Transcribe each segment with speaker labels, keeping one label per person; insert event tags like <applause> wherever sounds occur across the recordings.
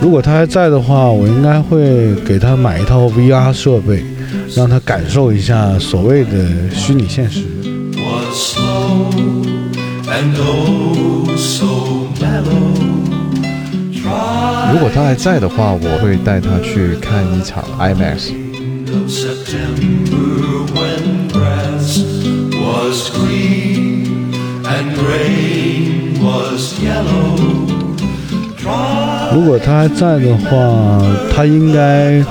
Speaker 1: 如果他还在的话，我应该会给他买一套 VR 设备，让他感受一下所谓的虚拟现实。
Speaker 2: was slow and oh so mellow. Try
Speaker 3: 如果他还在的话，我会带他去看一场 IMAX。
Speaker 2: of September when grass was green and rain was yellow. Try
Speaker 1: 如果他还在的话，他应该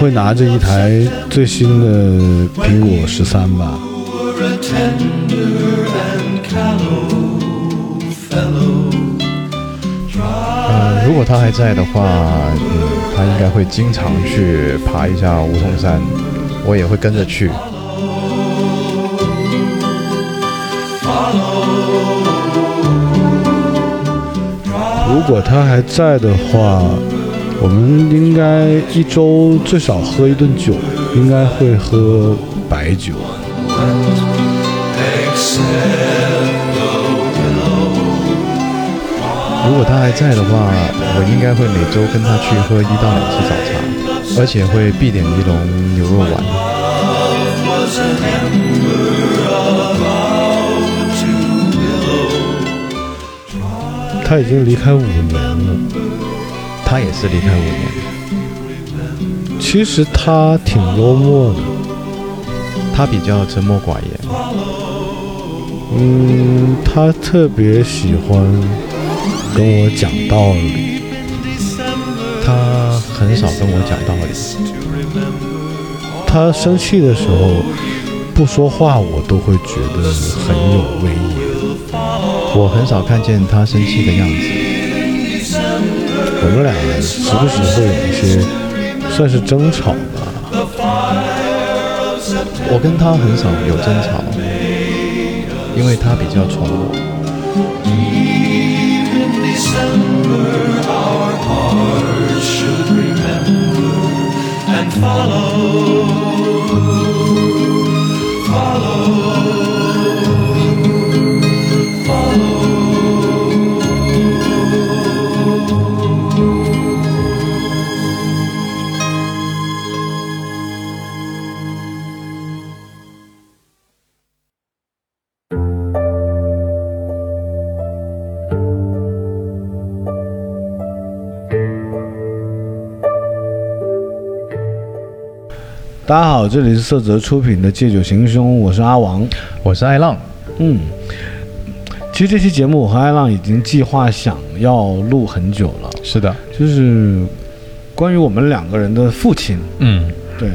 Speaker 1: 会拿着一台最新的苹果十三吧。
Speaker 2: were a tender and callow fellow. Try
Speaker 3: 呃，如果他还在的话，嗯，他应该会经常去爬一下梧桐山，我也会跟着去。
Speaker 1: 如果他还在的话，我们应该一周最少喝一顿酒，应该会喝白酒。
Speaker 3: 如果他还在的话，我应该会每周跟他去喝一到两次早茶，而且会必点一笼牛肉丸。
Speaker 1: 他已经离开五年了，
Speaker 3: 他也是离开五年，
Speaker 1: 其实他挺幽默的。
Speaker 3: 他比较沉默寡言，
Speaker 1: 嗯，他特别喜欢跟我讲道理。
Speaker 3: 他很少跟我讲道理。
Speaker 1: 他生气的时候不说话，我都会觉得很有威严。
Speaker 3: 我很少看见他生气的样子。
Speaker 1: 我们俩时不时会有一些算是争吵吧。
Speaker 3: 我跟他很少有争吵，因为他比较宠我。
Speaker 2: in December our hearts should remember and follow.
Speaker 1: 大家好，这里是色泽出品的《借酒行凶》，我是阿王。
Speaker 3: 我是爱浪，
Speaker 1: 嗯，其实这期节目我和艾浪已经计划想要录很久了，
Speaker 3: 是的，
Speaker 1: 就是关于我们两个人的父亲，
Speaker 3: 嗯，
Speaker 1: 对，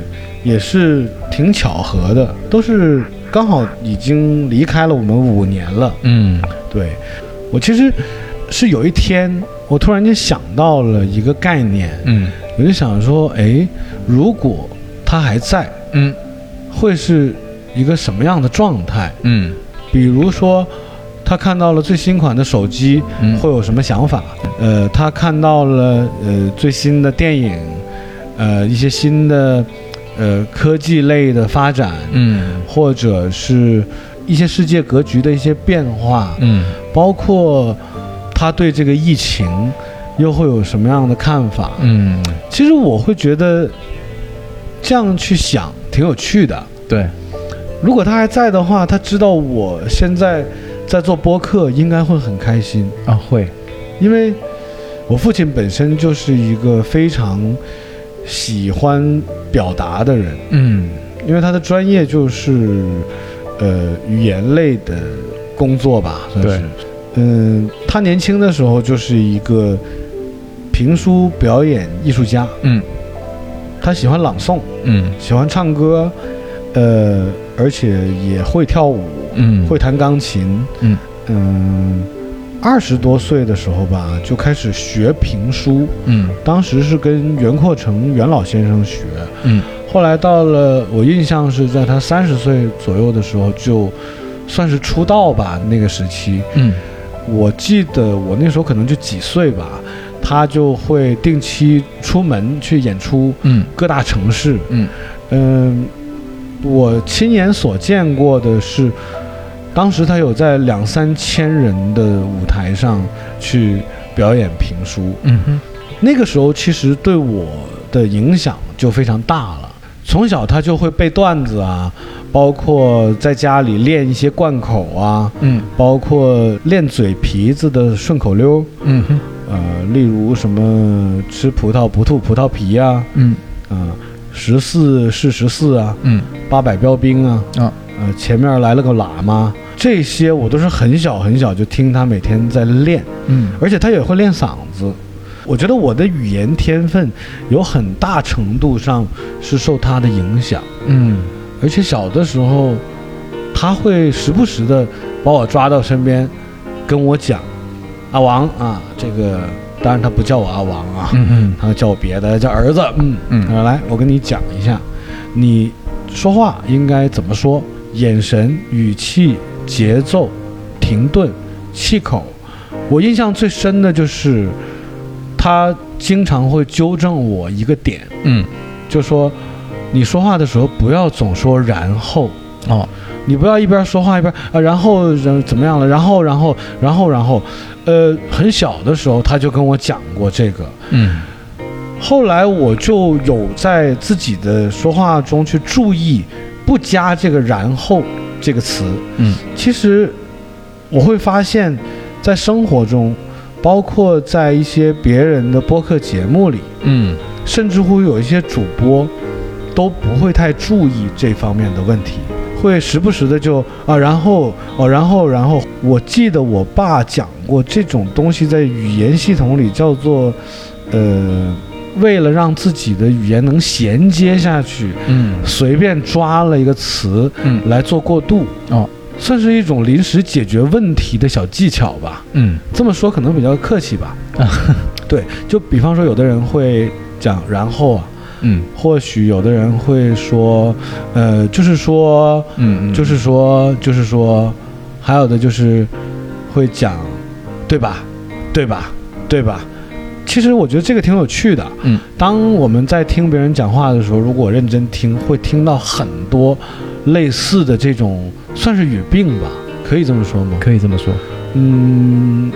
Speaker 1: 也是挺巧合的，都是刚好已经离开了我们五年了。
Speaker 3: 嗯，
Speaker 1: 对我其实是有一天，我突然间想到了一个概念，
Speaker 3: 嗯，
Speaker 1: 我就想说，哎，如果他还在，
Speaker 3: 嗯，
Speaker 1: 会是一个什么样的状态？
Speaker 3: 嗯，
Speaker 1: 比如说，他看到了最新款的手机，
Speaker 3: 嗯
Speaker 1: 会有什么想法？呃，他看到了呃最新的电影，呃一些新的呃科技类的发展，
Speaker 3: 嗯，
Speaker 1: 或者是一些世界格局的一些变化，
Speaker 3: 嗯，
Speaker 1: 包括他对这个疫情又会有什么样的看法？
Speaker 3: 嗯，
Speaker 1: 其实我会觉得这样去想挺有趣的。
Speaker 3: 对，
Speaker 1: 如果他还在的话，他知道我现在在做播客，应该会很开心，
Speaker 3: 啊，会，
Speaker 1: 因为我父亲本身就是一个非常喜欢表达的人，
Speaker 3: 嗯，
Speaker 1: 因为他的专业就是呃语言类的工作吧，算是
Speaker 3: 对。
Speaker 1: 嗯，他年轻的时候就是一个评书表演艺术家，
Speaker 3: 嗯，
Speaker 1: 他喜欢朗诵，
Speaker 3: 嗯，
Speaker 1: 喜欢唱歌，呃，而且也会跳舞。
Speaker 3: 嗯，
Speaker 1: 会，弹钢琴，
Speaker 3: 嗯
Speaker 1: 嗯，二十多岁的时候吧，就开始学评书，
Speaker 3: 嗯，
Speaker 1: 当时是跟袁阔成袁老先生学，
Speaker 3: 嗯，
Speaker 1: 后来到了我印象是在他三十岁左右的时候就算是出道吧，那个时期，
Speaker 3: 嗯，
Speaker 1: 我记得我那时候可能就几岁吧，他就会定期出门去演出
Speaker 3: 嗯
Speaker 1: 各大城市。
Speaker 3: 嗯
Speaker 1: 嗯，我亲眼所见过的是，当时他有在两三千人的舞台上去表演评书。
Speaker 3: 嗯哼
Speaker 1: 那个时候其实对我的影响就非常大了。从小他就会背段子啊，包括在家里练一些贯口啊，
Speaker 3: 嗯
Speaker 1: 包括练嘴皮子的顺口溜，
Speaker 3: 嗯哼
Speaker 1: 呃，例如什么吃葡萄不吐葡萄皮啊，
Speaker 3: 嗯
Speaker 1: 啊、十四是十四啊，
Speaker 3: 嗯
Speaker 1: 八百标兵啊，
Speaker 3: 啊
Speaker 1: 呃，前面来了个喇嘛，这些我都是很小很小就听他每天在练，
Speaker 3: 嗯
Speaker 1: 而且他也会练嗓子。我觉得我的语言天分有很大程度上是受他的影响，
Speaker 3: 嗯
Speaker 1: 而且小的时候，他会时不时的把我抓到身边，跟我讲，阿王啊，这个当然他不叫我阿王啊，
Speaker 3: 嗯哼
Speaker 1: 他叫我别的，叫儿子，嗯
Speaker 3: 嗯
Speaker 1: 他说来，我跟你讲一下，你说话应该怎么说，眼神、语气、节奏、停顿、气口。我印象最深的就是，他经常会纠正我一个点，
Speaker 3: 嗯
Speaker 1: 就说你说话的时候不要总说然后，
Speaker 3: 哦
Speaker 1: 你不要一边说话一边啊，然后呃怎么样了，然后然后然后然后，呃，很小的时候他就跟我讲过这个，
Speaker 3: 嗯
Speaker 1: 后来我就有在自己的说话中去注意，不加这个“然后”这个词。
Speaker 3: 嗯，
Speaker 1: 其实我会发现，在生活中，包括在一些别人的播客节目里，
Speaker 3: 嗯
Speaker 1: 甚至乎有一些主播都不会太注意这方面的问题，会时不时的就啊，然后哦，然后然后，我记得我爸讲过这种东西在语言系统里叫做，呃，为了让自己的语言能衔接下去，
Speaker 3: 嗯
Speaker 1: 随便抓了一个词
Speaker 3: 嗯
Speaker 1: 来做过渡
Speaker 3: 哦，
Speaker 1: 算是一种临时解决问题的小技巧吧。
Speaker 3: 嗯
Speaker 1: 这么说可能比较客气吧
Speaker 3: 啊。
Speaker 1: 对，就比方说有的人会讲然后啊，
Speaker 3: 嗯
Speaker 1: 或许有的人会说，呃，就是说，
Speaker 3: 嗯
Speaker 1: 就是说，就是说，还有的就是会讲，对吧？对吧？对吧？其实我觉得这个挺有趣的。
Speaker 3: 嗯，
Speaker 1: 当我们在听别人讲话的时候，如果认真听，会听到很多类似的这种，算是语病吧，可以这么说吗？
Speaker 3: 可以这么说。
Speaker 1: 嗯，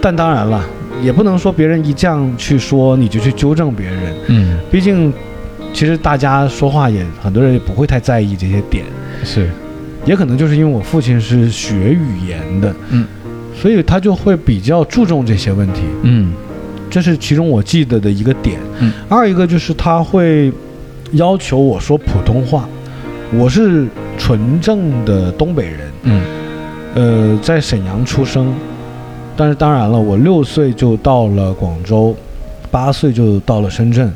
Speaker 1: 但当然了，也不能说别人一这样去说，你就去纠正别人。
Speaker 3: 嗯
Speaker 1: 毕竟，其实大家说话也很多人也不会太在意这些点，
Speaker 3: 是
Speaker 1: 也可能就是因为我父亲是学语言的，
Speaker 3: 嗯，
Speaker 1: 所以他就会比较注重这些问题，
Speaker 3: 嗯
Speaker 1: 这是其中我记得的一个点。
Speaker 3: 嗯，
Speaker 1: 二一个就是他会要求我说普通话，我是纯正的东北人，
Speaker 3: 嗯
Speaker 1: 呃，在沈阳出生，但是当然了，我六岁就到了广州，八岁就到了深圳，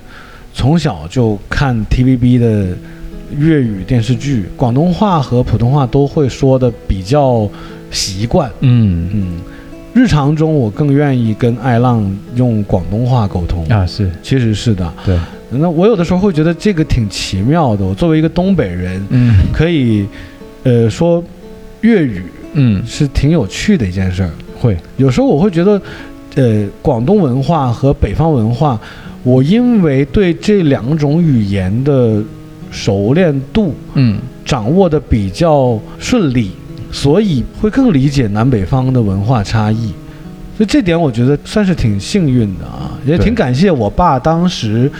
Speaker 1: 从小就看 TVB 的粤语电视剧，广东话和普通话都会说的比较习惯。
Speaker 3: 嗯
Speaker 1: 嗯，日常中我更愿意跟艾浪用广东话沟通，
Speaker 3: 啊是
Speaker 1: 其实是的。
Speaker 3: 对
Speaker 1: 那我有的时候会觉得这个挺奇妙的，我作为一个东北人，
Speaker 3: 嗯
Speaker 1: 可以，呃，说粤语。
Speaker 3: 嗯
Speaker 1: 是挺有趣的一件事儿。
Speaker 3: 会
Speaker 1: 有时候我会觉得，呃，广东文化和北方文化，我因为对这两种语言的熟练度
Speaker 3: 嗯
Speaker 1: 掌握的比较顺利，所以会更理解南北方的文化差异。所以这点我觉得算是挺幸运的啊，也
Speaker 3: 对
Speaker 1: 挺感谢我爸当时，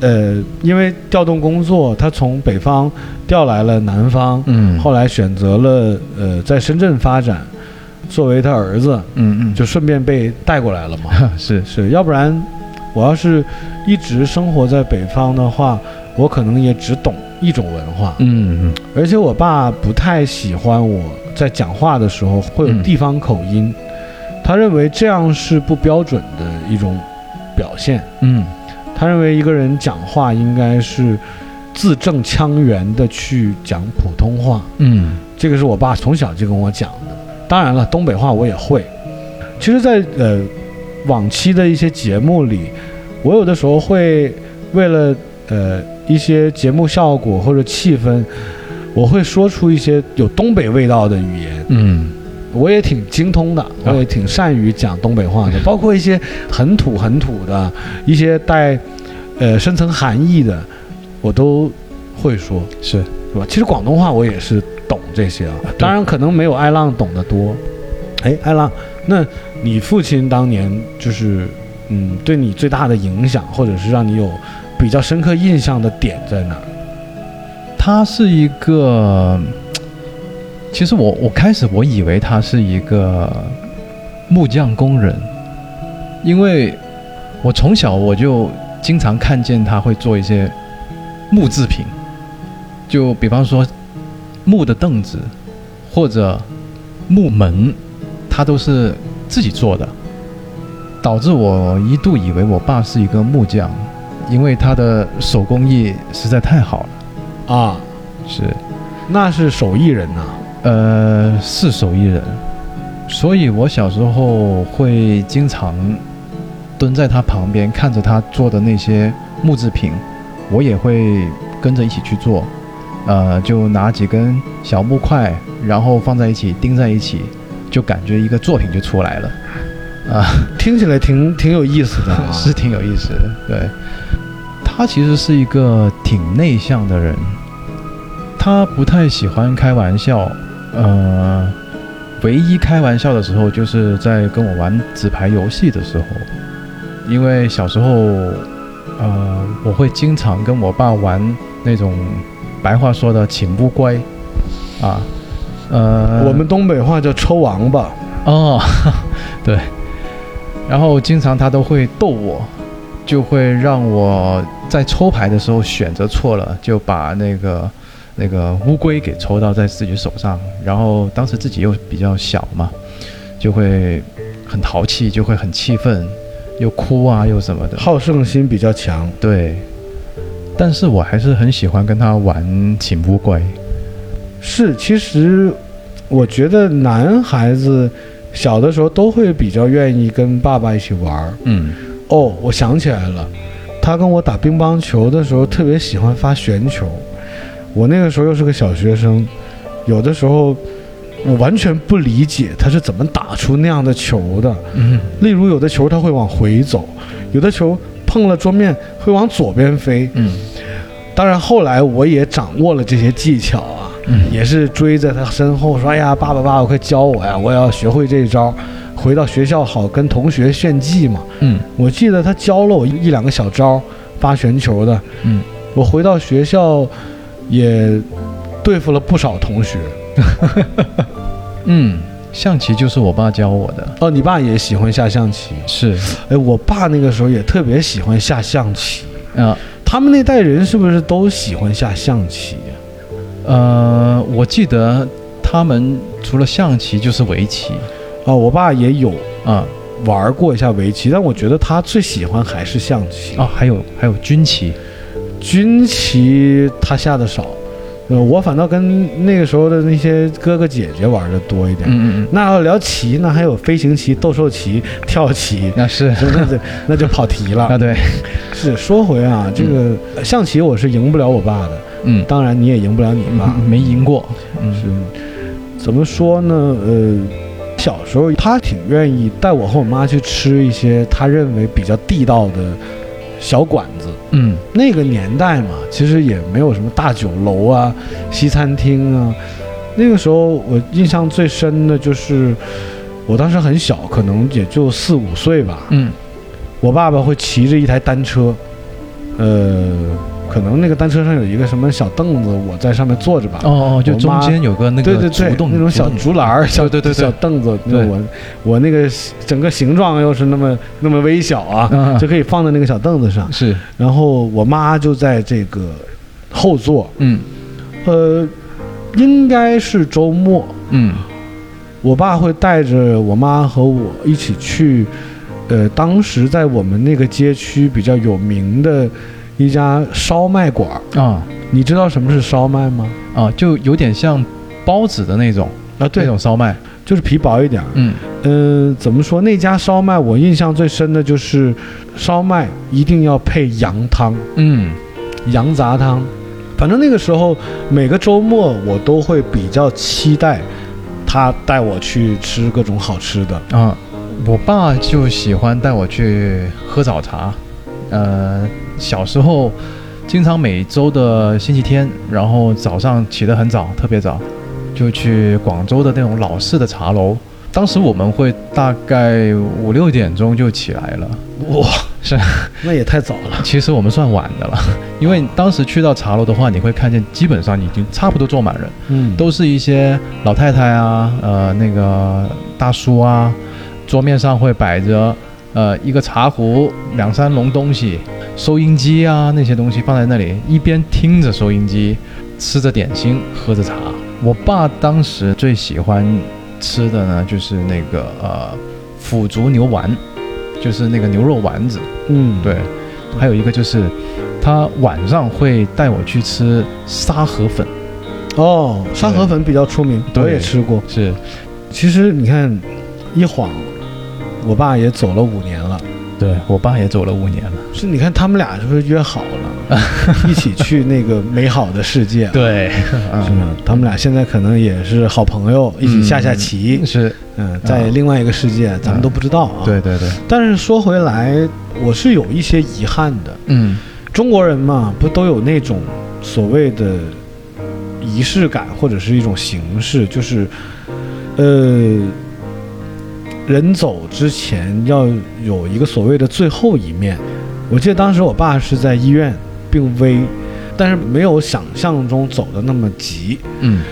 Speaker 1: 呃，因为调动工作，他从北方调来了南方，
Speaker 3: 嗯
Speaker 1: 后来选择了呃在深圳发展，作为他儿子，
Speaker 3: 嗯嗯
Speaker 1: 就顺便被带过来了
Speaker 3: <laughs>
Speaker 1: 嘛。
Speaker 3: 是
Speaker 1: 是要不然，我要是一直生活在北方的话，我可能也只懂一种文化。
Speaker 3: 嗯
Speaker 1: 而且我爸不太喜欢我在讲话的时候会有
Speaker 3: 嗯
Speaker 1: 地方口音，他认为这样是不标准的一种表现。
Speaker 3: 嗯
Speaker 1: 他认为一个人讲话应该是字正腔圆的去讲普通话。
Speaker 3: 嗯
Speaker 1: 这个是我爸从小就跟我讲的。当然了，东北话我也会。其实在，呃往期的一些节目里，我有的时候会为了呃一些节目效果或者气氛，我会说出一些有东北味道的语言。
Speaker 3: 嗯
Speaker 1: 我也挺精通的，我也挺善于讲东北话的，包括一些很土很土的一些带呃深层含义的，我都会说，
Speaker 3: 是
Speaker 1: 是吧？其实广东话我也是懂这些啊，当然可能没有艾浪懂得多。哎，艾浪，那你父亲当年就是嗯，对你最大的影响，或者是让你有比较深刻印象的点在哪儿？
Speaker 3: 他是一个，其实我我开始我以为他是一个木匠工人，因为我从小我就经常看见他会做一些木制品，就比方说木的凳子或者木门，他都是自己做的，导致我一度以为我爸是一个木匠，因为他的手工艺实在太好了，
Speaker 1: 啊，
Speaker 3: 是。
Speaker 1: 那是手艺人呐、
Speaker 3: 呃，是手艺人，所以我小时候会经常蹲在他旁边，看着他做的那些木制品，我也会跟着一起去做。呃，就拿几根小木块，然后放在一起钉在一起，就感觉一个作品就出来了。啊、。
Speaker 1: 听起来挺挺有意思的、 <laughs> 啊
Speaker 3: <laughs> 是挺有意思的。对，他其实是一个挺内向的人，他不太喜欢开玩笑，呃，唯一开玩笑的时候就是在跟我玩纸牌游戏的时候，因为小时候，呃，我会经常跟我爸玩那种白话说的“请不乖”，啊，呃，
Speaker 1: 我们东北话叫抽王八，
Speaker 3: 哦， <laughs> 对，然后经常他都会逗我，就会让我在抽牌的时候选择错了，就把那个那个乌龟给抽到在自己手上，然后当时自己又比较小嘛，就会很淘气，就会很气愤，又哭啊又什么的，
Speaker 1: 好胜心比较强。
Speaker 3: 对。但是我还是很喜欢跟他玩请不乖，
Speaker 1: 是，其实我觉得男孩子小的时候都会比较愿意跟爸爸一起玩儿。
Speaker 3: 嗯，
Speaker 1: 哦，我想起来了，他跟我打乒乓球的时候特别喜欢发旋球，我那个时候又是个小学生，有的时候我完全不理解他是怎么打出那样的球的。
Speaker 3: 嗯，
Speaker 1: 例如，有的球它会往回走，有的球碰了桌面会往左边飞。
Speaker 3: 嗯，
Speaker 1: 当然，后来我也掌握了这些技巧啊，
Speaker 3: 嗯
Speaker 1: 也是追在他身后说：“哎呀，爸爸，爸爸，快教我呀！我也要学会这一招，回到学校好跟同学炫技嘛。”
Speaker 3: 嗯
Speaker 1: 我记得他教了我一两个小招，发旋球的。
Speaker 3: 嗯，
Speaker 1: 我回到学校也对付了不少同学。
Speaker 3: 嗯，象棋就是我爸教我的，
Speaker 1: 哦，你爸也喜欢下象棋？
Speaker 3: 是，
Speaker 1: 哎，我爸那个时候也特别喜欢下象棋。
Speaker 3: 啊、
Speaker 1: 他们那代人是不是都喜欢下象棋呀、
Speaker 3: 呃，我记得他们除了象棋就是围棋
Speaker 1: 啊？我爸也有
Speaker 3: 啊
Speaker 1: 玩过一下围棋，但我觉得他最喜欢还是象棋。
Speaker 3: 啊，还有还有军棋，
Speaker 1: 军棋他下的少，呃，我反倒跟那个时候的那些哥哥姐姐玩的多一点。
Speaker 3: 嗯嗯，
Speaker 1: 那要聊棋，那还有飞行棋、斗兽棋、跳棋， <laughs>
Speaker 3: 那是
Speaker 1: 那就那就跑题
Speaker 3: 啊
Speaker 1: 了。
Speaker 3: 对，
Speaker 1: 是说回啊，这个呃象棋我是赢不了我爸的，
Speaker 3: 嗯，
Speaker 1: 当然你也赢不了你爸。
Speaker 3: 嗯没赢过，嗯
Speaker 1: 是怎么说呢？呃，小时候他挺愿意带我和我妈去吃一些他认为比较地道的小馆子。
Speaker 3: 嗯
Speaker 1: 那个年代嘛，其实也没有什么大酒楼啊、西餐厅啊。那个时候我印象最深的就是，我当时很小，可能也就四五岁吧。
Speaker 3: 嗯
Speaker 1: 我爸爸会骑着一台单车，呃，可能那个单车上有一个什么小凳子，我在上面坐着吧。
Speaker 3: 哦哦，就
Speaker 1: 我
Speaker 3: 中
Speaker 1: 妈
Speaker 3: 间有个那
Speaker 1: 对
Speaker 3: 个
Speaker 1: 对对
Speaker 3: 竹，洞
Speaker 1: 那种小
Speaker 3: 竹
Speaker 1: 竹篮儿、小
Speaker 3: 嗯对对对
Speaker 1: 小凳子，那
Speaker 3: 对
Speaker 1: 我我那个整个形状又是那么那么微小啊，
Speaker 3: 啊
Speaker 1: 就可以放在那个小凳子上
Speaker 3: 洞。是
Speaker 1: 然后我妈就在这个后座，
Speaker 3: 嗯
Speaker 1: 呃，应该是周末，
Speaker 3: 嗯
Speaker 1: 我爸会带着我妈和我一起去，呃，当时在我们那个街区比较有名的一家烧麦馆儿。
Speaker 3: 啊
Speaker 1: 你知道什么是烧麦吗？
Speaker 3: 啊，就有点像包子的那种
Speaker 1: 啊，
Speaker 3: 那种烧麦，
Speaker 1: 就是皮薄一点儿。
Speaker 3: 嗯
Speaker 1: 嗯、怎么说？那家烧麦我印象最深的就是，烧麦一定要配羊汤。
Speaker 3: 嗯
Speaker 1: 羊杂汤。反正那个时候，每个周末我都会比较期待他带我去吃各种好吃的。
Speaker 3: 啊，我爸就喜欢带我去喝早茶。呃，小时候经常每周的星期天，然后早上起得很早，特别早，就去广州的那种老式的茶楼。当时我们会大概五六点钟就起来了，
Speaker 1: 哇，
Speaker 3: 是，
Speaker 1: <laughs> 那也太早了。
Speaker 3: 其实我们算晚的了，因为当时去到茶楼的话，你会看见基本上已经差不多坐满人。
Speaker 1: 嗯，
Speaker 3: 都是一些老太太啊，呃，那个大叔啊，桌面上会摆着呃一个茶壶、两三笼东西、收音机啊那些东西放在那里，一边听着收音机，吃着点心，喝着茶。我爸当时最喜欢吃的呢，就是那个呃腐竹牛丸，就是那个牛肉丸子。
Speaker 1: 嗯，
Speaker 3: 对，还有一个就是他晚上会带我去吃沙河粉，
Speaker 1: 哦，沙河粉比较出名，
Speaker 3: 对
Speaker 1: 我也吃过。
Speaker 3: 是
Speaker 1: 其实你看，一晃，我爸也走了五年了。
Speaker 3: 对我爸也走了五年了。
Speaker 1: 是，你看他们俩是不是约好
Speaker 3: <laughs>
Speaker 1: 了，一起去那个美好的世界？，
Speaker 3: 对，嗯
Speaker 1: 是吗？他们俩现在可能也是好朋友，一起下下棋。
Speaker 3: 是，
Speaker 1: 嗯，在另外一个世界，咱们都不知道啊。。
Speaker 3: 啊对对对，
Speaker 1: 但是说回来，我是有一些遗憾的。
Speaker 3: 嗯
Speaker 1: 中国人嘛，不都有那种所谓的仪式感，或者是一种形式，就是，呃，人走之前要有一个所谓的最后一面。我记得当时我爸是在医院病危，但是没有想象中走的那么急。
Speaker 3: 嗯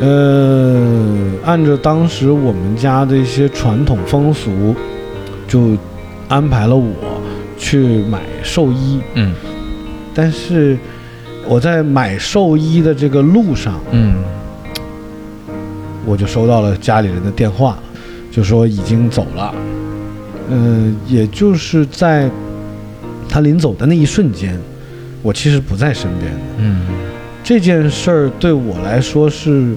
Speaker 1: 呃，按照当时我们家的一些传统风俗，就安排了我去买寿衣。
Speaker 3: 嗯
Speaker 1: 但是我在买寿衣的这个路上，
Speaker 3: 嗯
Speaker 1: 我就收到了家里人的电话，就说已经走了。嗯、也就是在他临走的那一瞬间，我其实不在身边的。
Speaker 3: 嗯
Speaker 1: 这件事儿对我来说是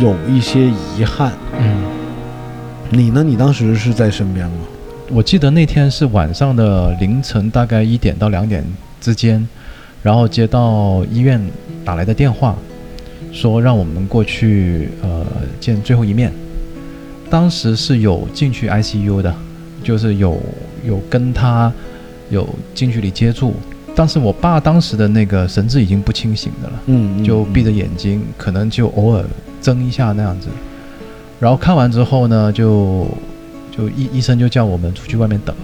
Speaker 1: 有一些遗憾。
Speaker 3: 嗯，
Speaker 1: 你呢？你当时是在身边吗？
Speaker 3: 我记得那天是晚上的凌晨，大概一点到两点之间，然后接到医院打来的电话，说让我们过去呃见最后一面。当时是有进去 ICU 的，就是有有跟他有近距离接触，但是我爸当时的那个神志已经不清醒的了。
Speaker 1: 嗯
Speaker 3: 就闭着眼睛，可能就偶尔睁一下那样子。然后看完之后呢，就就医医生就叫我们出去外面等，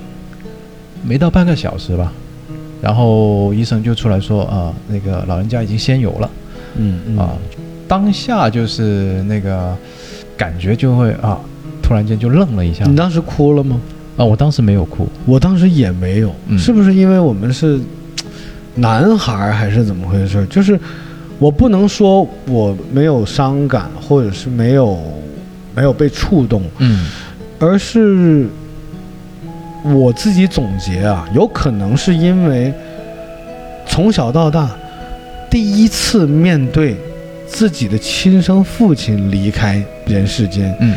Speaker 3: 没到半个小时吧，然后医生就出来说啊、那个老人家已经仙游了
Speaker 1: 嗯嗯
Speaker 3: 啊、当下就是那个感觉就会啊，突然间就愣了一下
Speaker 1: 你当时哭了吗？
Speaker 3: 啊，我当时没有哭，
Speaker 1: 我当时也没有，
Speaker 3: 嗯
Speaker 1: 是不是因为我们是男孩儿还是怎么回事？就是我不能说我没有伤感，或者是没有没有被触动，
Speaker 3: 嗯
Speaker 1: 而是我自己总结啊，有可能是因为从小到大第一次面对自己的亲生父亲离开人世间，
Speaker 3: 嗯，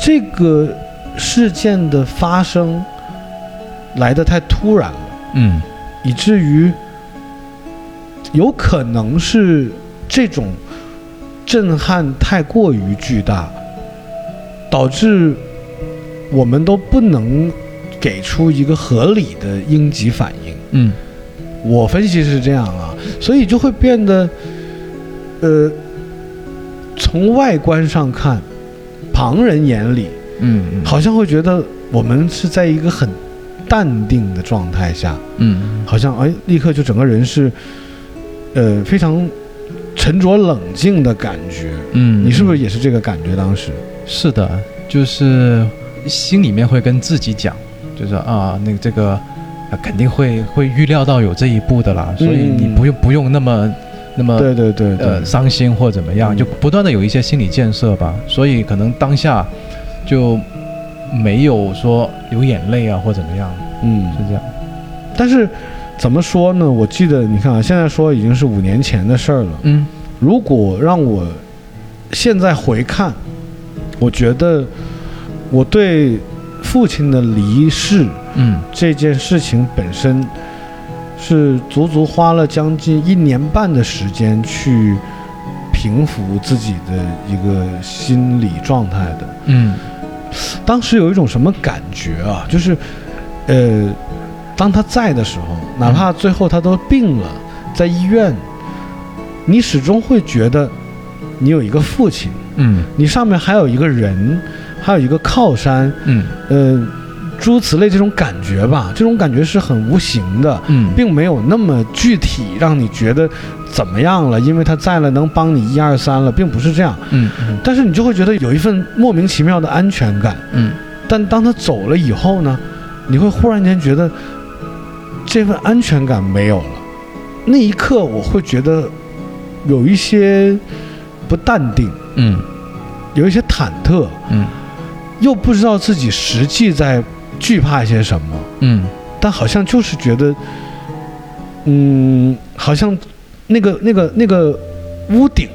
Speaker 1: 这个事件的发生来得太突然了，
Speaker 3: 嗯
Speaker 1: 以至于有可能是这种震撼太过于巨大，导致我们都不能给出一个合理的应急反应。
Speaker 3: 嗯
Speaker 1: 我分析是这样啊，所以就会变得，呃，从外观上看，旁人眼里
Speaker 3: 嗯
Speaker 1: 好像会觉得我们是在一个很淡定的状态下，
Speaker 3: 嗯
Speaker 1: 好像哎，立刻就整个人是，呃，非常沉着冷静的感觉。
Speaker 3: 嗯
Speaker 1: 你是不是也是这个感觉？当时，
Speaker 3: 是的，就是心里面会跟自己讲，就是啊，那个这个、啊、肯定会会预料到有这一步的啦，所以你不用不用那么那么
Speaker 1: 对对对对
Speaker 3: 呃，伤心或怎么样，
Speaker 1: 嗯
Speaker 3: 就不断的有一些心理建设吧。所以可能当下就没有说流眼泪啊或怎么样，是
Speaker 1: 嗯。
Speaker 3: 这样。
Speaker 1: 但是怎么说呢？我记得，你看啊，现在说已经是五年前的事儿了。
Speaker 3: 嗯
Speaker 1: 如果让我现在回看，我觉得我对父亲的离世
Speaker 3: 嗯
Speaker 1: 这件事情本身，是足足花了将近一年半的时间去平复自己的一个心理状态的。
Speaker 3: 嗯
Speaker 1: 当时有一种什么感觉啊？就是，呃，当他在的时候，哪怕最后他都病了，在医院，你始终会觉得你有一个父亲，
Speaker 3: 嗯
Speaker 1: 你上面还有一个人，还有一个靠山，
Speaker 3: 嗯
Speaker 1: 呃，诸如此类这种感觉吧，这种感觉是很无形的。
Speaker 3: 嗯，
Speaker 1: 并没有那么具体，让你觉得怎么样了，因为他在了，能帮你一二三了，并不是这样。
Speaker 3: 嗯嗯
Speaker 1: 但是你就会觉得有一份莫名其妙的安全感。
Speaker 3: 嗯
Speaker 1: 但当他走了以后呢，你会忽然间觉得这份安全感没有了。那一刻，我会觉得有一些不淡定，
Speaker 3: 嗯
Speaker 1: 有一些忐忑，
Speaker 3: 嗯
Speaker 1: 又不知道自己实际在惧怕些什么，
Speaker 3: 嗯
Speaker 1: 但好像就是觉得，嗯，好像那个那个那个屋顶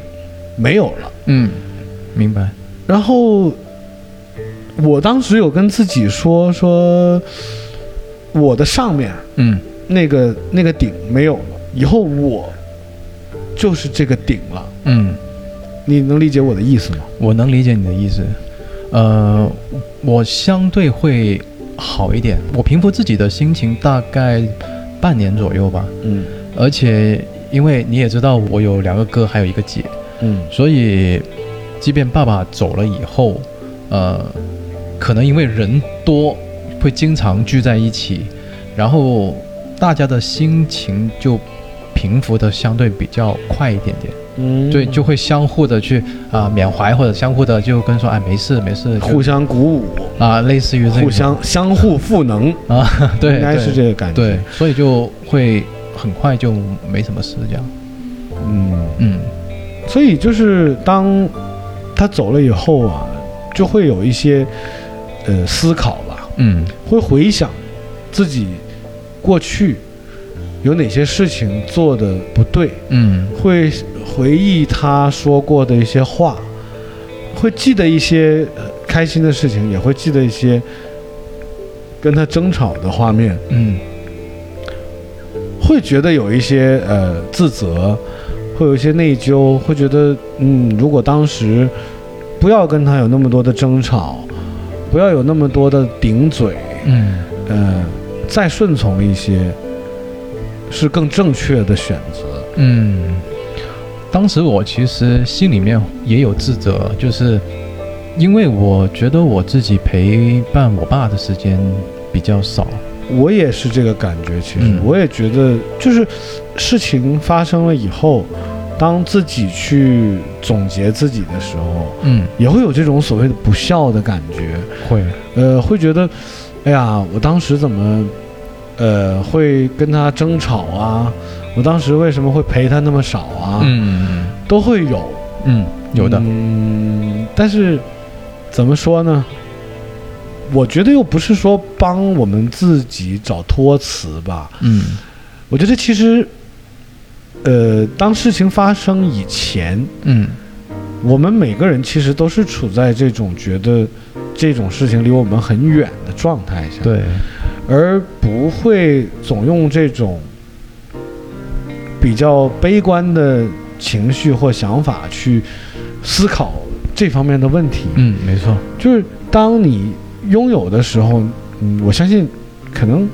Speaker 1: 没有了。
Speaker 3: 嗯，明白。
Speaker 1: 然后我当时有跟自己说说，我的上面
Speaker 3: 嗯
Speaker 1: 那个那个顶没有了，以后我就是这个顶了。
Speaker 3: 嗯，
Speaker 1: 你能理解我的意思吗？
Speaker 3: 我能理解你的意思。呃，我相对会好一点。我平复自己的心情大概半年左右吧。
Speaker 1: 嗯
Speaker 3: 而且因为你也知道，我有两个哥，还有一个姐，
Speaker 1: 嗯
Speaker 3: 所以即便爸爸走了以后，呃，可能因为人多，会经常聚在一起，然后大家的心情就平复的相对比较快一点点。
Speaker 1: 嗯
Speaker 3: 对，就会相互的去啊、缅怀，或者相互的就跟说哎没事没事，就
Speaker 1: 互相鼓舞，
Speaker 3: 啊、类似于这种
Speaker 1: 互相相互赋能，
Speaker 3: 啊对，
Speaker 1: 应该
Speaker 3: 对
Speaker 1: 是这个感觉。
Speaker 3: 对，，所以就会很快就没什么事这样。
Speaker 1: 嗯，
Speaker 3: 嗯
Speaker 1: 所以就是当他走了以后啊，就会有一些呃思考吧。
Speaker 3: 嗯
Speaker 1: 会回想自己过去有哪些事情做的不对，
Speaker 3: 嗯
Speaker 1: 会回忆他说过的一些话，会记得一些呃开心的事情，也会记得一些跟他争吵的画面，
Speaker 3: 嗯
Speaker 1: 会觉得有一些呃自责，会有一些内疚，会觉得嗯，如果当时不要跟他有那么多的争吵，不要有那么多的顶嘴，
Speaker 3: 嗯
Speaker 1: 呃，再顺从一些，是更正确的选择。
Speaker 3: 嗯。当时我其实心里面也有自责，就是因为我觉得我自己陪伴我爸的时间比较少。
Speaker 1: 我也是这个感觉，其实、
Speaker 3: 嗯
Speaker 1: 我也觉得，就是事情发生了以后，当自己去总结自己的时候，
Speaker 3: 嗯，
Speaker 1: 也会有这种所谓的不孝的感觉。
Speaker 3: 会，
Speaker 1: 呃，会觉得，哎呀，我当时怎么，呃，会跟他争吵啊？我当时为什么会陪他那么少啊？
Speaker 3: 嗯
Speaker 1: 都会有，
Speaker 3: 嗯，有的，
Speaker 1: 嗯，但是怎么说呢？我觉得又不是说帮我们自己找托词吧。
Speaker 3: 嗯
Speaker 1: 我觉得其实，呃，当事情发生以前，
Speaker 3: 嗯
Speaker 1: 我们每个人其实都是处在这种觉得这种事情离我们很远的状态下，，
Speaker 3: 对，
Speaker 1: 而不会总用这种比较悲观的情绪或想法去思考这方面的问题。
Speaker 3: 嗯，没错，
Speaker 1: 就是当你拥有的时候，嗯，我相信可能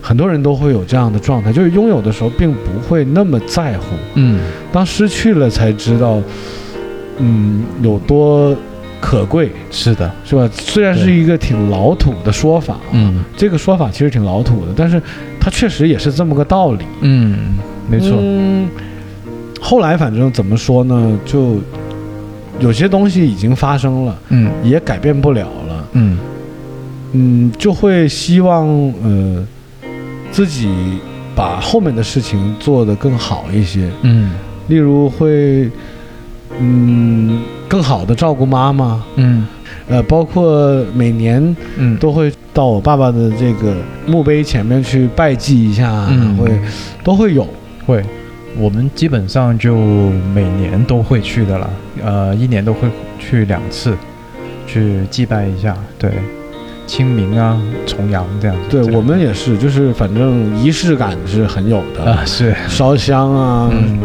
Speaker 1: 很多人都会有这样的状态，就是拥有的时候并不会那么在乎，
Speaker 3: 嗯
Speaker 1: 当失去了才知道，嗯，有多可贵，
Speaker 3: 是的，
Speaker 1: 是吧？虽然是
Speaker 3: 对
Speaker 1: 一个挺老土的说法，，啊
Speaker 3: 嗯
Speaker 1: 这个说法其实挺老土的，但是它确实也是这么个道理，
Speaker 3: 嗯，没错，
Speaker 1: 嗯，后来反正怎么说呢，就有些东西已经发生了，
Speaker 3: 嗯
Speaker 1: 也改变不了了。
Speaker 3: 嗯
Speaker 1: 嗯，就会希望呃自己把后面的事情做得更好一些，
Speaker 3: 嗯
Speaker 1: 例如会嗯更好的照顾妈妈，
Speaker 3: 嗯
Speaker 1: 呃，包括每年
Speaker 3: 嗯，
Speaker 1: 都会到我爸爸的这个墓碑前面去拜祭一下，啊
Speaker 3: 嗯
Speaker 1: 会都会有，
Speaker 3: 会，我们基本上就每年都会去的啦，呃，一年都会去两次，去祭拜一下，对，清明啊、重阳这样子。
Speaker 1: 对
Speaker 3: 这两
Speaker 1: 我们也是，就是反正仪式感是很有
Speaker 3: 个
Speaker 1: 的，
Speaker 3: 啊是，
Speaker 1: 烧香啊，
Speaker 3: 哎嗯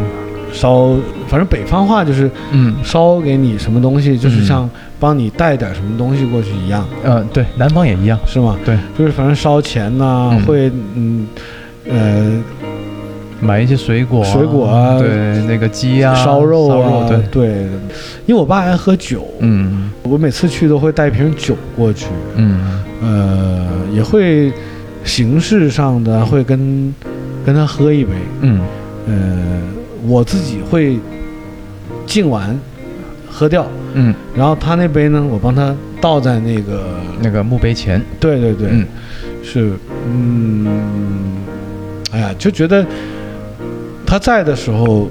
Speaker 1: 烧，反正北方话就是
Speaker 3: 嗯，
Speaker 1: 烧给你什么东西，就是
Speaker 3: 嗯
Speaker 1: 像帮你带点什么东西过去一样，
Speaker 3: 呃，对，南方也一样，
Speaker 1: 是吗？
Speaker 3: 对，
Speaker 1: 就是反正烧钱呐、
Speaker 3: 嗯
Speaker 1: 会嗯呃
Speaker 3: 买一些水果、
Speaker 1: 水果啊
Speaker 3: 对，那个鸡啊，
Speaker 1: 烧肉啊，
Speaker 3: 对，
Speaker 1: 因为我爸爱喝酒，
Speaker 3: 嗯
Speaker 1: 我每次去都会带瓶酒过去，
Speaker 3: 嗯
Speaker 1: 呃，也会形式上的会跟跟他喝一杯，
Speaker 3: 嗯
Speaker 1: 呃，我自己会敬完喝掉，
Speaker 3: 嗯，
Speaker 1: 然后他那杯呢，我帮他倒在那个，
Speaker 3: 那个墓碑前，
Speaker 1: 对对对，
Speaker 3: 嗯
Speaker 1: 是，嗯，哎呀，就觉得他在的时候，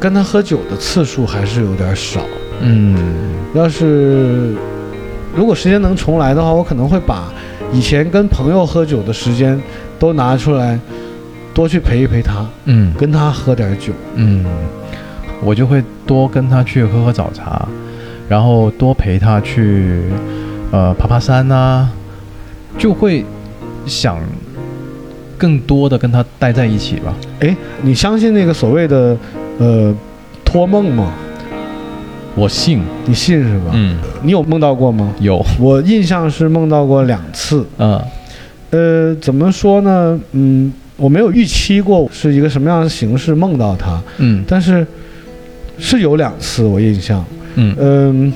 Speaker 1: 跟他喝酒的次数还是有点少。
Speaker 3: 嗯
Speaker 1: 要是如果时间能重来的话，我可能会把以前跟朋友喝酒的时间都拿出来，多去陪一陪他，
Speaker 3: 嗯
Speaker 1: 跟他喝点酒。
Speaker 3: 嗯，我就会多跟他去喝喝早茶，然后多陪他去呃爬爬山呐、就会想更多的跟他待在一起吧。
Speaker 1: 哎，你相信那个所谓的呃托梦吗？
Speaker 3: 我信，
Speaker 1: 你信是吧？
Speaker 3: 嗯，
Speaker 1: 你有梦到过吗？
Speaker 3: 有，
Speaker 1: 我印象是梦到过两次。
Speaker 3: 嗯
Speaker 1: 呃，怎么说呢？嗯，我没有预期过是一个什么样的形式梦到他，
Speaker 3: 嗯
Speaker 1: 但是是有两次我印象。
Speaker 3: 嗯
Speaker 1: 嗯、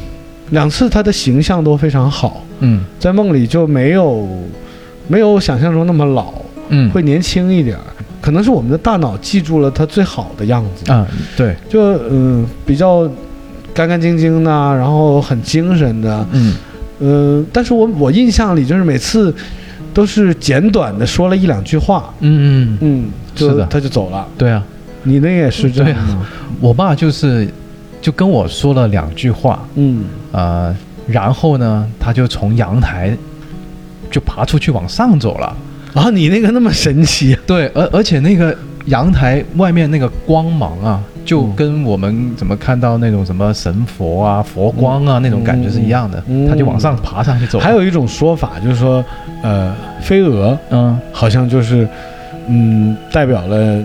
Speaker 1: 两次他的形象都非常好，
Speaker 3: 嗯
Speaker 1: 在梦里就没有没有想象中那么老，
Speaker 3: 嗯，
Speaker 1: 会年轻一点儿。可能是我们的大脑记住了他最好的样子。
Speaker 3: 啊，对，
Speaker 1: 就嗯、比较干干净净的，然后很精神的，
Speaker 3: 嗯
Speaker 1: 嗯、但是我我印象里就是每次都是简短的说了一两句话，
Speaker 3: 嗯嗯，
Speaker 1: 嗯，
Speaker 3: 是
Speaker 1: 就
Speaker 3: 的
Speaker 1: 他就走了。
Speaker 3: 对啊，
Speaker 1: 你那也是这
Speaker 3: 对啊
Speaker 1: 样啊吗？
Speaker 3: 我爸就是就跟我说了两句话，
Speaker 1: 嗯，
Speaker 3: 呃，然后呢，他就从阳台就爬出去往上走了。
Speaker 1: 然后啊你那个那么神奇，
Speaker 3: 对，而而且那个阳台外面那个光芒啊，就跟我们怎么看到那种什么神佛啊、佛光啊、那种感觉是一样的，
Speaker 1: 嗯
Speaker 3: 他就往上爬上去走。
Speaker 1: 还，有一种说法就是说，呃，飞蛾
Speaker 3: 嗯
Speaker 1: 好像就是嗯代表了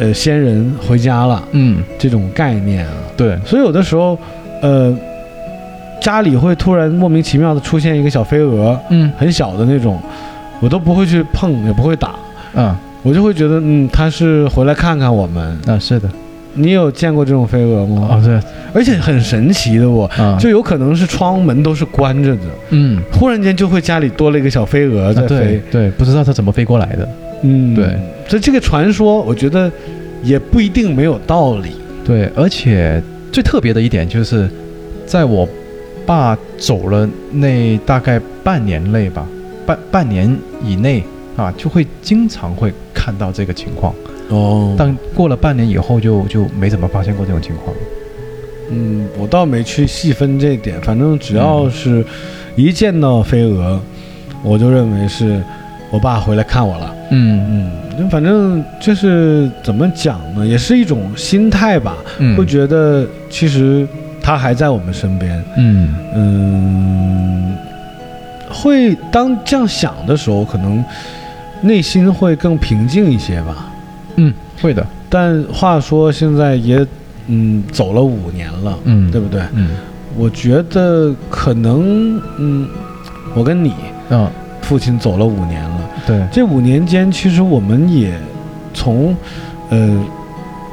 Speaker 1: 呃仙人回家了
Speaker 3: 嗯，
Speaker 1: 这种概念啊。
Speaker 3: 对，
Speaker 1: 所以有的时候，呃，家里会突然莫名其妙的出现一个小飞蛾，
Speaker 3: 嗯
Speaker 1: 很小的那种，我都不会去碰，也不会打，
Speaker 3: 嗯，
Speaker 1: 我就会觉得，嗯，它是回来看看我们。
Speaker 3: 那、啊是的，
Speaker 1: 你有见过这种飞蛾吗？
Speaker 3: 哦对，
Speaker 1: 而且很神奇的我，
Speaker 3: 啊、
Speaker 1: 就有可能是窗门都是关着的，
Speaker 3: 嗯。
Speaker 1: 忽然间就会家里多了一个小飞蛾
Speaker 3: 啊
Speaker 1: 在
Speaker 3: 对
Speaker 1: 飞。
Speaker 3: 对，不知道他怎么飞过来的。
Speaker 1: 嗯，
Speaker 3: 对。
Speaker 1: 所以这个传说，我觉得也不一定没有道理。
Speaker 3: 对，而且最特别的一点就是，在我爸走了那大概半年内吧，半半年以内啊，就会经常会看到这个情况。
Speaker 1: 哦但
Speaker 3: 但过了半年以后就就没怎么发现过这种情况。
Speaker 1: 嗯，我倒没去细分这一点，反正只要是一见到飞蛾，我就认为是我爸回来看我了。
Speaker 3: 嗯
Speaker 1: 嗯，那反正就是怎么讲呢，也是一种心态吧，
Speaker 3: 嗯
Speaker 1: 会觉得其实他还在我们身边。
Speaker 3: 嗯
Speaker 1: 嗯，会当这样想的时候，可能内心会更平静一些吧。
Speaker 3: 嗯会的
Speaker 1: 但话说现在也嗯走了五年了，
Speaker 3: 嗯
Speaker 1: 对不对？
Speaker 3: 嗯
Speaker 1: 我觉得可能嗯，我跟你
Speaker 3: 啊
Speaker 1: 父亲走了五年了，
Speaker 3: 对
Speaker 1: 这五年间其实我们也从呃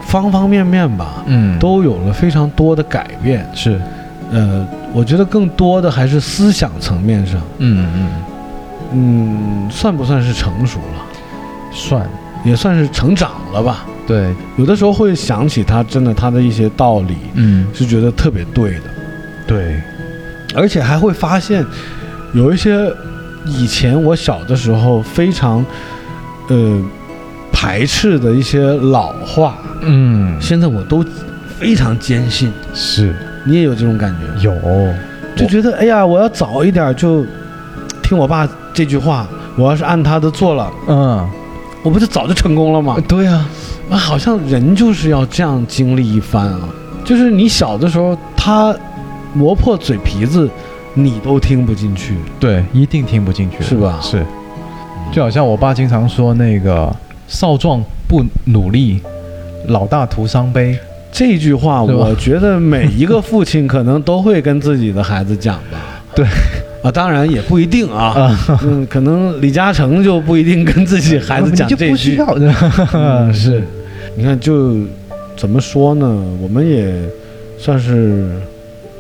Speaker 1: 方方面面吧。
Speaker 3: 嗯
Speaker 1: 都有了非常多的改变，
Speaker 3: 是
Speaker 1: 呃，我觉得更多的还是思想层面上，
Speaker 3: 嗯
Speaker 1: 嗯，算不算是成熟了？
Speaker 3: 嗯算
Speaker 1: 也算是成长了吧。
Speaker 3: 对
Speaker 1: 有的时候会想起他，真的他的一些道理
Speaker 3: 嗯
Speaker 1: 是觉得特别对的，
Speaker 3: 对
Speaker 1: 而且还会发现有一些以前我小的时候非常呃排斥的一些老话，
Speaker 3: 嗯
Speaker 1: 现在我都非常坚信。
Speaker 3: 是
Speaker 1: 你也有这种感觉，
Speaker 3: 有
Speaker 1: 就觉得哎呀，我要早一点就听我爸这句话，我要是按他的做了，
Speaker 3: 嗯
Speaker 1: 我不就早就成功了吗？
Speaker 3: 对啊
Speaker 1: 啊，好像人就是要这样经历一番啊！就是你小的时候，他磨破嘴皮子，你都听不进去。
Speaker 3: 对一定听不进去
Speaker 1: 是吧
Speaker 3: 是就好像我爸经常说那个少壮不努力，老大徒伤悲。
Speaker 1: 这句话，
Speaker 3: 是吧
Speaker 1: 我觉得每一个父亲可能都会跟自己的孩子讲吧。
Speaker 3: <laughs> 对，
Speaker 1: 啊，当然也不一定啊。
Speaker 3: 啊，
Speaker 1: 嗯，可能李嘉诚就不一定跟自己孩子讲
Speaker 3: 你就
Speaker 1: 这
Speaker 3: 不需
Speaker 1: 句。
Speaker 3: 要。啊
Speaker 1: 嗯
Speaker 3: 是，
Speaker 1: 你看，就怎么说呢？我们也算是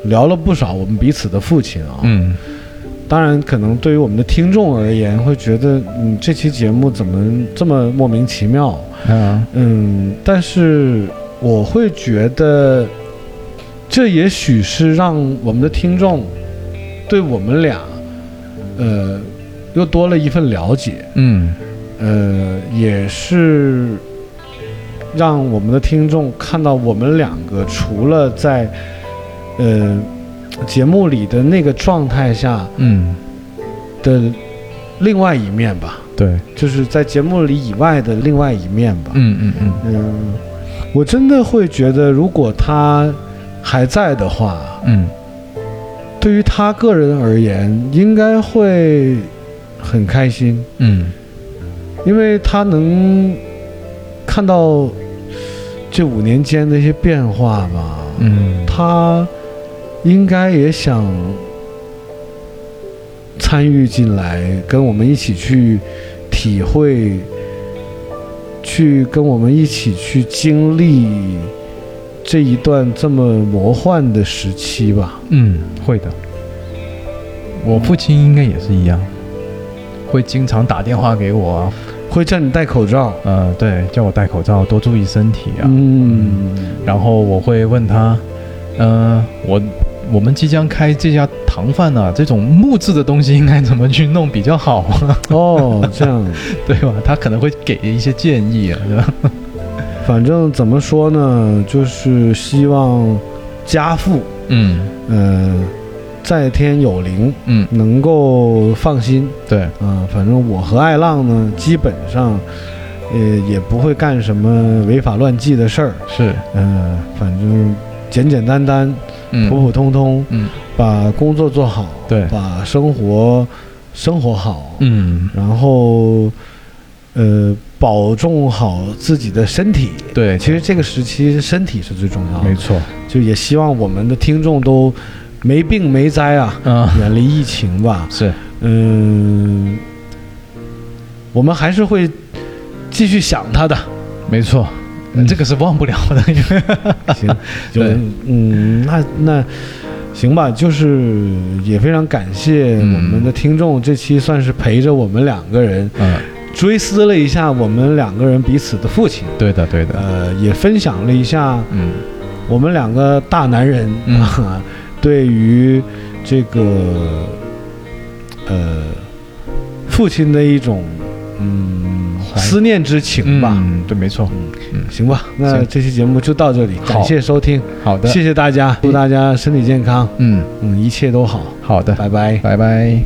Speaker 1: 聊了不少我们彼此的父亲啊。
Speaker 3: 嗯，
Speaker 1: 当然，可能对于我们的听众而言，会觉得嗯，这期节目怎么这么莫名其妙？
Speaker 3: 啊，
Speaker 1: 嗯，但是我会觉得，这也许是让我们的听众对我们俩，呃，又多了一份了解，
Speaker 3: 嗯，
Speaker 1: 呃，也是让我们的听众看到我们两个除了在，呃，节目里的那个状态下
Speaker 3: 嗯，
Speaker 1: 的另外一面吧，
Speaker 3: 对，
Speaker 1: 就是在节目里以外的另外一面吧。
Speaker 3: 嗯嗯嗯
Speaker 1: 嗯，我真的会觉得，如果他还在的话，
Speaker 3: 嗯，
Speaker 1: 对于他个人而言，应该会很开心，
Speaker 3: 嗯，
Speaker 1: 因为他能看到这五年间的一些变化吧。
Speaker 3: 嗯，
Speaker 1: 他应该也想参与进来，跟我们一起去体会，去跟我们一起去经历这一段这么魔幻的时期吧。
Speaker 3: 嗯，会的。我父亲应该也是一样，会经常打电话给我啊，
Speaker 1: 会叫你戴口罩，
Speaker 3: 呃，对，叫我戴口罩，多注意身体啊。
Speaker 1: 嗯，
Speaker 3: 然后我会问他，呃，我我们即将开这家糖饭啊，这种木质的东西应该怎么去弄比较好， <laughs>
Speaker 1: 哦，这样，
Speaker 3: 对吧？他可能会给一些建议啊，对吧？
Speaker 1: 反正怎么说呢，就是希望家父，
Speaker 3: 嗯
Speaker 1: 嗯，在天有灵，
Speaker 3: 嗯，
Speaker 1: 能够放心。
Speaker 3: 对，
Speaker 1: 啊，反正我和艾浪呢，基本上，呃，也不会干什么违法乱纪的事儿。
Speaker 3: 是，
Speaker 1: 嗯、反正简简单单、普
Speaker 3: 嗯
Speaker 1: 普通通，
Speaker 3: 嗯
Speaker 1: 把工作做好，
Speaker 3: 对
Speaker 1: 把生活生活好，
Speaker 3: 嗯，
Speaker 1: 然后，呃，保重好自己的身体。
Speaker 3: 对，
Speaker 1: 其实这个时期身体是最重要
Speaker 3: 没
Speaker 1: 的，
Speaker 3: 错，
Speaker 1: 就也希望我们的听众都没病没灾啊，
Speaker 3: 嗯、
Speaker 1: 远离疫情吧。
Speaker 3: 是，
Speaker 1: 嗯，我们还是会继续想
Speaker 3: <laughs>
Speaker 1: 他的。
Speaker 3: 没错，
Speaker 1: 嗯
Speaker 3: 这个是忘不了的， <laughs> 因为
Speaker 1: 行，就
Speaker 3: 对
Speaker 1: 嗯，那那行吧，就是也非常感谢我
Speaker 3: 嗯
Speaker 1: 们的听众，这期算是陪着我们两个人
Speaker 3: 嗯，
Speaker 1: 追思了一下我们两个人彼此的父亲，
Speaker 3: 对的，对的，
Speaker 1: 呃，也分享了一下
Speaker 3: 嗯
Speaker 1: 我们两个大男人
Speaker 3: 嗯
Speaker 1: 啊， <laughs> 对于这个呃父亲的一种嗯
Speaker 3: 怀
Speaker 1: 思念之情吧。
Speaker 3: 哎嗯，对，没错，
Speaker 1: 行吧，那
Speaker 3: 行
Speaker 1: 这期节目就到这里，
Speaker 3: 好
Speaker 1: 感谢收听，
Speaker 3: 好的，
Speaker 1: 谢谢大家，祝大家身体健康，
Speaker 3: 嗯，
Speaker 1: 嗯，一切都好，
Speaker 3: 好的，
Speaker 1: 拜拜。
Speaker 3: 拜拜